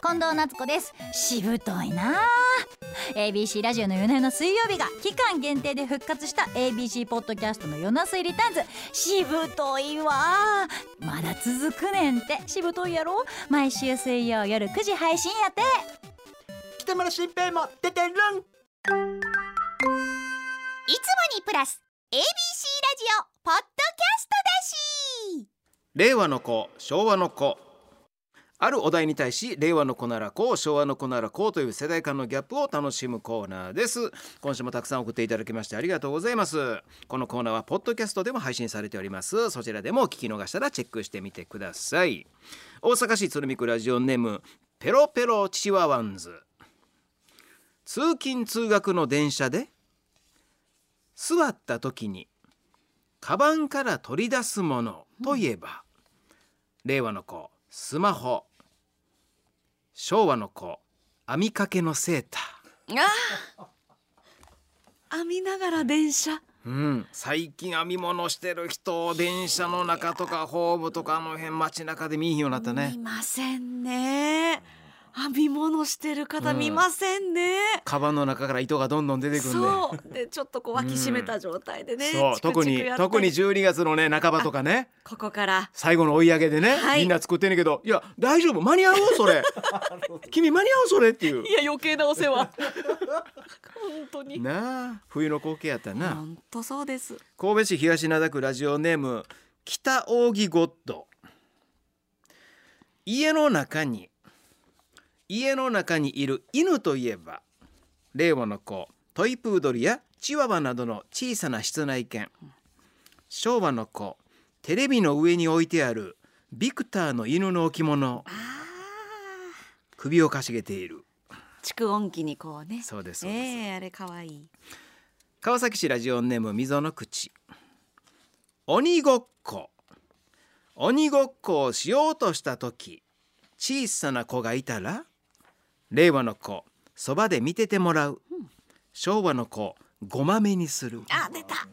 近藤夏子ですしぶといなあ ABC ラジオの夜な夜な水曜日が期間限定で復活した ABC ポッドキャストの夜な水リターンズしぶといわあまだ続くねんてしぶといやろ毎週水曜夜9時配信やて北村新平も出てるんいつもにプラス ABC ラジオポッドキャストだし令和の子昭和の子あるお題に対し令和の子ならこう昭和の子ならこうという世代間のギャップを楽しむコーナーです今週もたくさん送っていただきましてありがとうございますこのコーナーはポッドキャストでも配信されておりますそちらでも聞き逃したらチェックしてみてください大阪市鶴見区ラジオネームペロペロチワワンズ通勤通学の電車で座った時にカバンから取り出すものといえば、令和の子スマホ昭和の子編みかけのセータ編みながら電車ー、うん、最近編み物してる人電車の中とかホームとかあの辺街中で見えへんようになったね見ませんね編み物してる方うん見ませんね、カバンの中から糸がどんどん出てくるねそうでちょっとこう脇締めた状態でね、そうチクチ特クにやったり特に12月のね半ばとかねここから最後の追い上げでね、はいみんな作ってんねんけどいや大丈夫間に合うそ れ君間に合うそれっていういや余計なお世 話本当になあ冬の光景やったな、本当そうです神戸市東灘区ラジオネーム北扇ゴッド家の中に家の中にいる犬といえば令和の子トイプードルやチワワなどの小さな室内犬昭和の子テレビの上に置いてあるビクターの犬の置物ああ首をかしげている蓄音機にこうねそうですそうです、ええあれ可愛い川崎市ラジオネーム溝の口鬼ごっこ鬼ごっこをしようとした時小さな子がいたら令和の子そばで見ててもらう昭和の子ごまめにするあ出た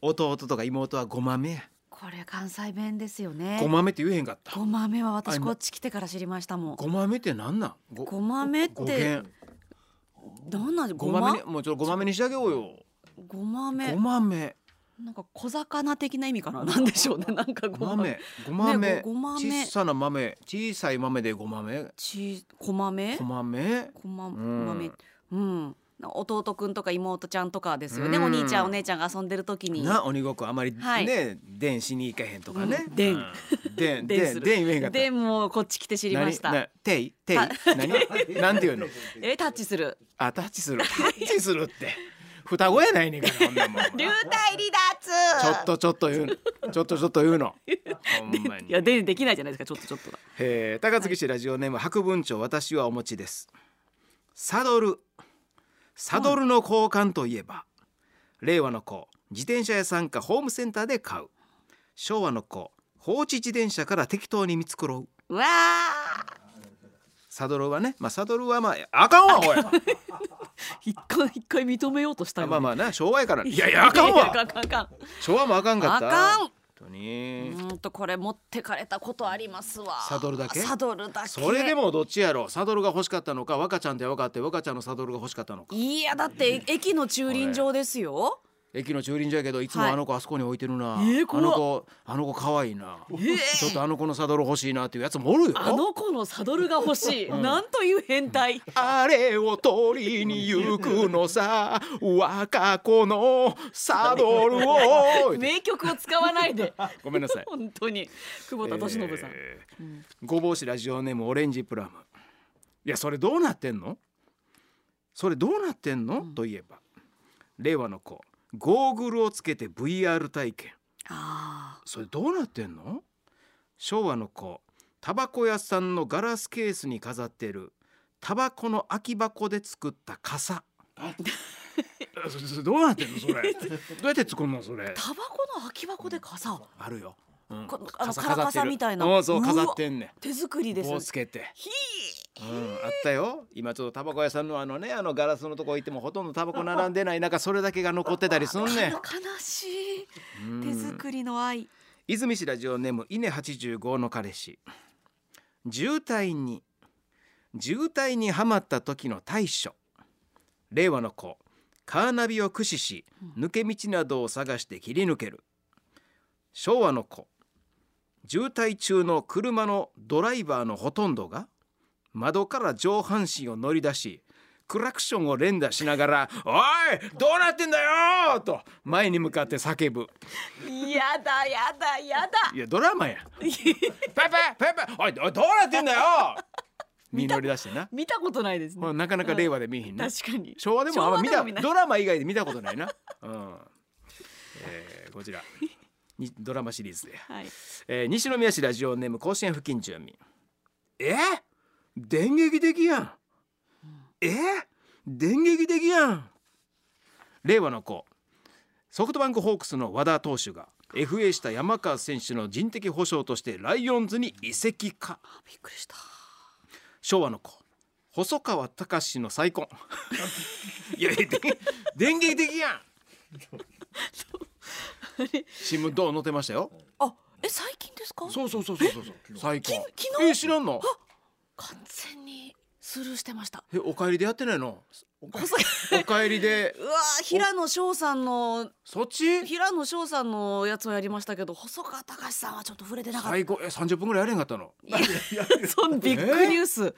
弟とか妹はごまめやこれ関西弁ですよねごまめって言えへんかったごまめは私あこっち来てから知りましたもんごまめってなんなんごごまめっごてどんなごごままめにもうちょっとごまめにしてあげようよごまめごまめなんか小魚的な意味かな なんでしょうねなんかごまめ豆ごまめねごごまめ小さな豆小さい豆でごまめちこまめごまめこまんまめうん弟くんとか妹ちゃんとかですよねうんお兄ちゃんお姉ちゃんが遊んでる時にな鬼ごっこあまりね、はい電子に行かへんとかね。うん電うん電 電電する電言えへんかった。でもこっち来て知りまし何たなテイテイ何なんて言うの？えタッチするあタッチするタッチするって双子やないねんからこんなもん。流ち体離ょ脱っとちょっと言うのちょっとちょっと言うの。 ほんまにい。やでできないじゃないですかちょっとちょっとがえー高槻市ラジオネーム白文長私はお持ちですサドルサドルの交換といえば、令和の子自転車屋さんかホームセンターで買う昭和の子放置自転車から適当に見繕ううわあサドルはねまあサドルはまああかんわおい一回一回認めようとしたよ、ね、まあまあな昭和やからいやいやあかんわ いやあかんあかん昭和もあかんかったあかん本当にうーんとこれ持ってかれたことありますわサドルだけサドルだけそれでもどっちやろサドルが欲しかったのか若ちゃんで分かって若ちゃんのサドルが欲しかったのかいやだって駅の駐輪場ですよ駅の駐輪場やけどいつもはいあの子あそこに置いてるな、えーあ怖っの子あの子可愛いな、ーちょっとあの子のサドル欲しいなっていうやつもおるよあの子のサドルが 欲しい、なんという変態あれを取りに行くの さ若子のサドルを名曲を使わな いでごめんなさい本当に久保田利伸さん、えーごぼうしラジオネームオレンジプラムいやそれどうなってんのそれどうなってんの、といえば令和の子ゴーグルをつけて VR 体験あそれどうなってんの昭和の子タバコ屋さんのガラスケースに飾ってるタバコの空き箱で作った傘え それそれどうなってんのそれどうやって作るのそれータバコの空き箱で傘あるよ、うんこあの傘カラ飾カってサるみたいなうんそううわ飾ってんねん手作りです棒つけてうん、あったよ今ちょっとタバコ屋さんのあのねあのガラスのとこ行ってもほとんどタバコ並んでない中それだけが残ってたりすんねんか悲しい手作りの愛泉市ラジオネーム稲85の彼氏渋滞に渋滞にはまった時の対処令和の子カーナビを駆使し抜け道などを探して切り抜ける昭和の子渋滞中の車のドライバーのほとんどが窓から上半身を乗り出しクラクションを連打しながら「おいどうなってんだよ!」と前に向かって叫ぶやだやだやだいやドラマや「ペペペペおいおいどうなってんだ よ!」に乗り出してな見たことないですねまあなかなか令和で見えへんな確かに昭和でもあんま見た昭和でも見ないドラマ以外で見たことないな、うんえーこちらにドラマシリーズで、はいえー西宮市ラジオネーム甲子園付近住民えー、電撃的やんえー、電撃的やん令和の子ソフトバンクホークスの和田投手が FA した山川選手の人的保障としてライオンズに移籍かあびっくりした昭和の子細川隆の再 婚いやいやで電撃的 やん新聞どう載ってましたよあえ最近ですかそうそうそうそうそう再婚き昨日え知らんの完全にスルーしてましたえお帰りでやってないの細川お帰りで うわー平野翔さんのそっち 平野翔さんのやつをやりましたけど細川隆さんはちょっと触れてなかった最後え30分ぐらいやれんかったのそんビッグニュース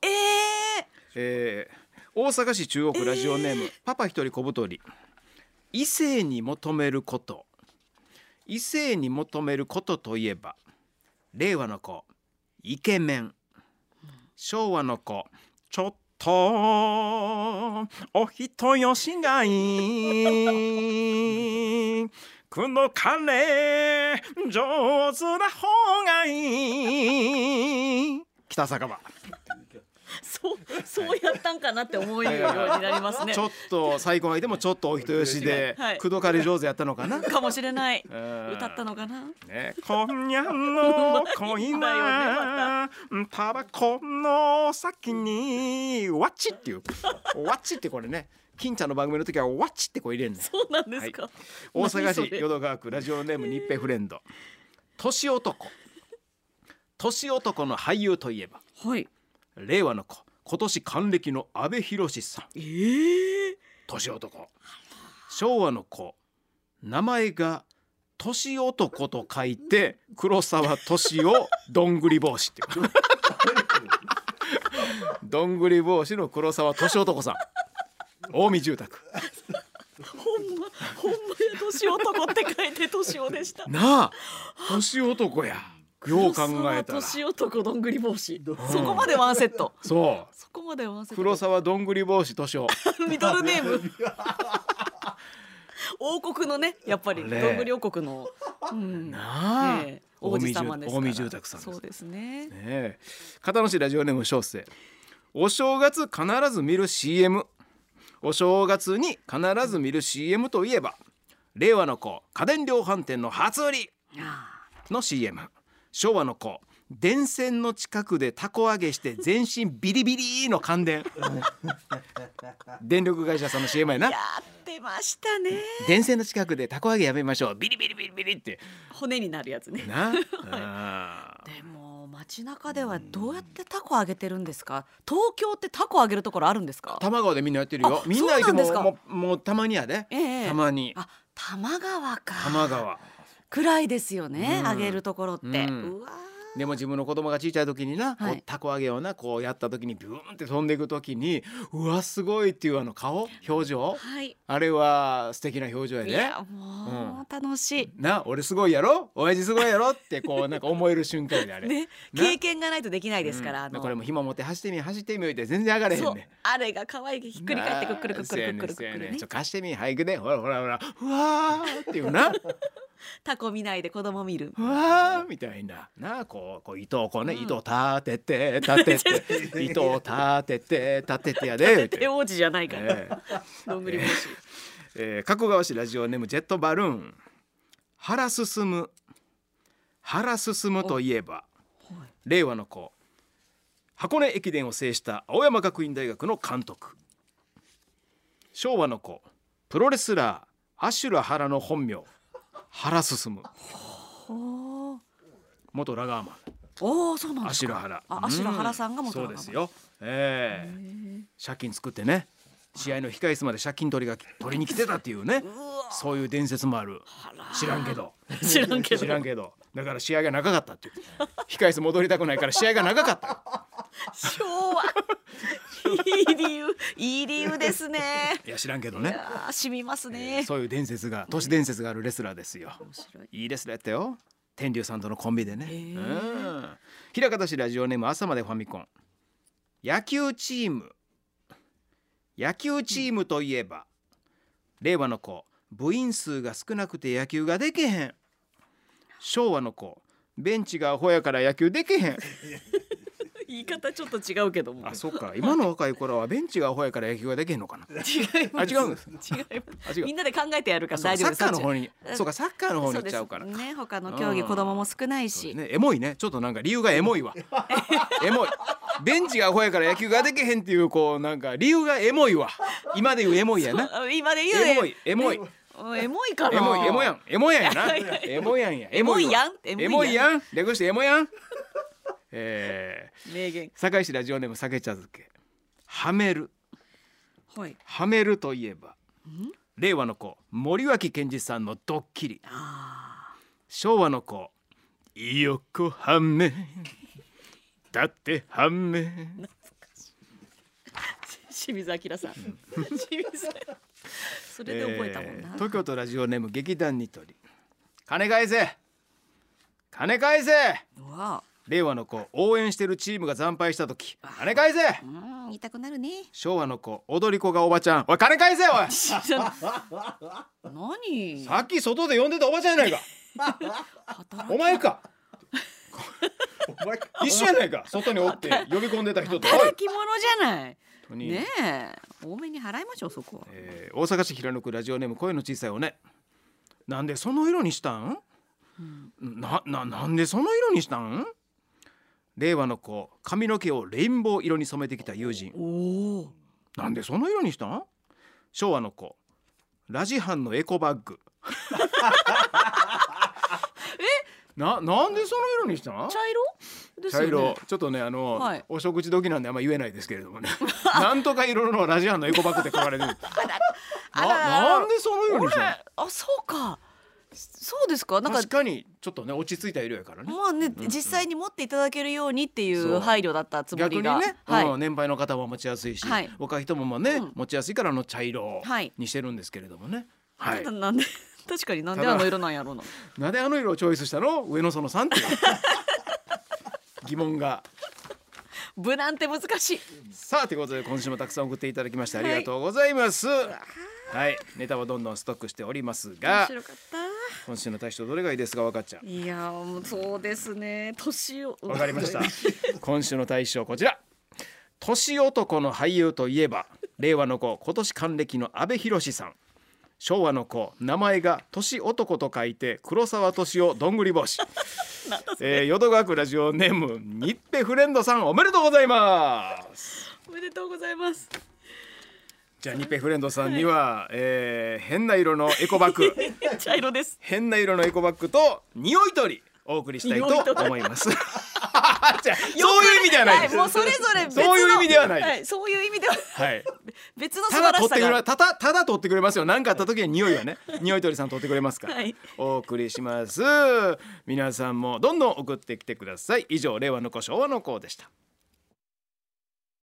えええー大阪市中央区ラジオネーム、パパ一人小太り異性に求めること異性に求めることといえば令和の子イケメン昭和の子ちょっとお人よしがいいこのカレー上手な方がいい北酒場 そうそうやったんかなって思えるようになりますねちょっと最高のでもちょっとお人よしで はい口説かれ上手やったの かな。かもしれないうん歌ったのかなね、今夜の恋はタバコの先にわっちっていうわっちってこれね金ちゃんの番組の時はわっちってこう入れるねん そうなんですか、大阪何そ市れ淀川区ラジオネーム日平フレンド年男年男の俳優といえばはい令和の子今年還暦の阿部寛さんええ年男昭和の子名前が年男と書いて黒沢年をどんぐり帽子って いうどんぐり帽子の黒沢年男さん近江住宅ほんまほんまや年男って書いて年男でしたなあ年男やよう考えた黒沢ら年男どんぐり帽子そこまでワンセットそそこまでワンうセット黒沢どんぐり帽子年男ミドルネーム王国のねやっぱりあれどんぐり王国の、うんなあ、ええ王子様ですから近江住宅さんですそうですねねえ片野市ラジオネーム小生お正月必ず見る CM お正月に必ず見る CM といえば令和の子家電量販店の初売りの CM 昭和の子電線の近くでたこ揚げして全身ビリビリの感電電力会社さんの CM やなやってましたね電線の近くでたこ揚げやめましょうビリビリビリビリって骨になるやつねな、あーでも街中ではどうやってタコ揚げてるんですか東京ってタコ揚げるところあるんですか玉川でみんなやってるよあみんな言ってもそうなんでもうもうたまにやで、ええたまにあ玉川か玉川暗いですよね、うん揚げるところって、ううんわーでも自分の子供が小さい時にな、こうはいたこ揚げをなこうやった時にビューンって飛んでいく時にうわすごいっていうあの顔表情はいあれは素敵な表情やいでやもう、楽しな俺すごいやろ親父すごいやろってこうなんか思える瞬間やであいれ。ねな経験がないとできないですから、うんあのこれも紐持って走ってみ走ってみよって全然上がれへんねそうんあれが可愛いひっくり返ってくるくるくるくるくるせくやねんせやねるんねちょっと貸してみ俳句でほらほらほらうわーっていうなタコ見ないで子供見るうわーみたいななあこうこう糸をこうね、糸を立てて立て て糸を立てて立ててや で言うて手王子じゃないから、ええどんぐり帽子えー加古川市ラジオネームジェットバルーン原進む原進むといえば令和の子箱根駅伝を制した青山学院大学の監督昭和の子プロレスラーアシュラ原の本名原進むほー元ラガーマンおおそうなんです足かの原あ足の原さんが元そのうで原すよええ借金作ってね試合の控え室まで借金取りが取りに来てたっていうねそういう伝説もある知らんけど 知らんけど知らんけどだから試合が長かったっていう控え室戻りたくないから試合が長かった昭和 いい理由いい理由ですねいや知らんけどいねやー染みますね、そういう伝説が都市伝説があるレスラーですよ面白いいいレスラーやったよ天竜さんとのコンビでね、へえうん平方氏ラジオネーム朝までファミコン野球チーム野球チームといえば、令和の子部員数が少なくて野球ができへん昭和の子ベンチがアホやから野球できへん言い方ちょっと違うけどもあそっか今の若い子らはベンチがアホやから野球ができへんのかな違いますあ違うんです違いまあす違うみんなで考えてやるからそう 大サ丈ッ夫でカすーの方にうんそうかサッカーの方にそ行うっでちすゃうからね他の競技子供も少ないし、ね、エモいねちょっとなんか理由がエモ いわエモいベンチがアホやから野球ができへんっていうこうなんか理由がエモいわ今で言うエモいやなあ今で言うエモいエモいうんエモいかなエモいエモやんエモやんやなエモやんやエエモいやんエモいやん略してエモやんえ名言ー、堺市ラジオネーム酒茶漬けはめるはいはめるといえば令和の子森脇健児さんのドッキリ昭和の子横はめだってはめ清水明さん清水それで覚えたもんえーな、東京都ラジオネーム劇団ニトリ金返せ金返せうわ令和の子応援してるチームが惨敗した時金返せあうん痛くなるね昭和の子踊り子がおばちゃんおい金返せお いさ何っき外で呼んでたおばちゃんやない かお前かお前か 一緒やないか外にお って呼び込んでた人とおい働き者じゃな本い当にねえ多めに払いましょうそこはえー大阪市平野区ラジオネーム声の小さいおねなんでその色にしたん、なななんでその色にしたん令和の子髪の毛をレインボー色に染めてきた友人おおなんでその色にしたん昭和の子ラジハンのエコバッ グ えななんでその色にしたん茶色ですよ茶ね色ちょっとねあの、はいお食事時なんであんま言えないですけれど もねなんとか色のラジハンのエコバッグって書かれてるあならあらなんでその色にしたんああそうかそうですかなんか確かにちょっとね落ち着いた色やからねまあね、実際に持っていただけるようにっていそうう配慮だったつも逆りにが、ね、はい、うん年配の方は持ちやすいし、はい若い人もまあね、うん持ちやすいからあの茶色はいにしてるんですけれどもね、はいな、なんで確かになんでただあの色なんやろうななんであの色をチョイスしたの上野園さんっ ていう疑問が無難って難しいさあということで今週もたくさん送っていただきましてありがとうございます、はい、ネタはどんどんストックしております面が白かった今週の大賞どれがいいですか分かっちゃういやーもうそうですね年をわかりました 今週の大賞こちら年男の俳優といえば令和の子今年還暦の阿部寛さん昭和の子名前が年男と書いて黒沢敏夫どんぐり 帽子えー、淀川区ラジオネームニッペフレンドさんおめでとうございます おめでとうございますじゃあニッペフレンドさんには、えー変な色のエコバッグ茶色です変な色のエコバッグと匂い取りお送りしたいと思い ますじゃあそういう意味ではないはでいすもうそれぞれ別のそういう意味ではないですいそういう意味でははい別の素た晴だら取しってさくがあれるただただ取ってくれますよ何かあった時に匂いはね匂い鳥さん取ってくれますから、はいお送りします皆さんもどんどん送ってきてください以上令和の子昭和の子でした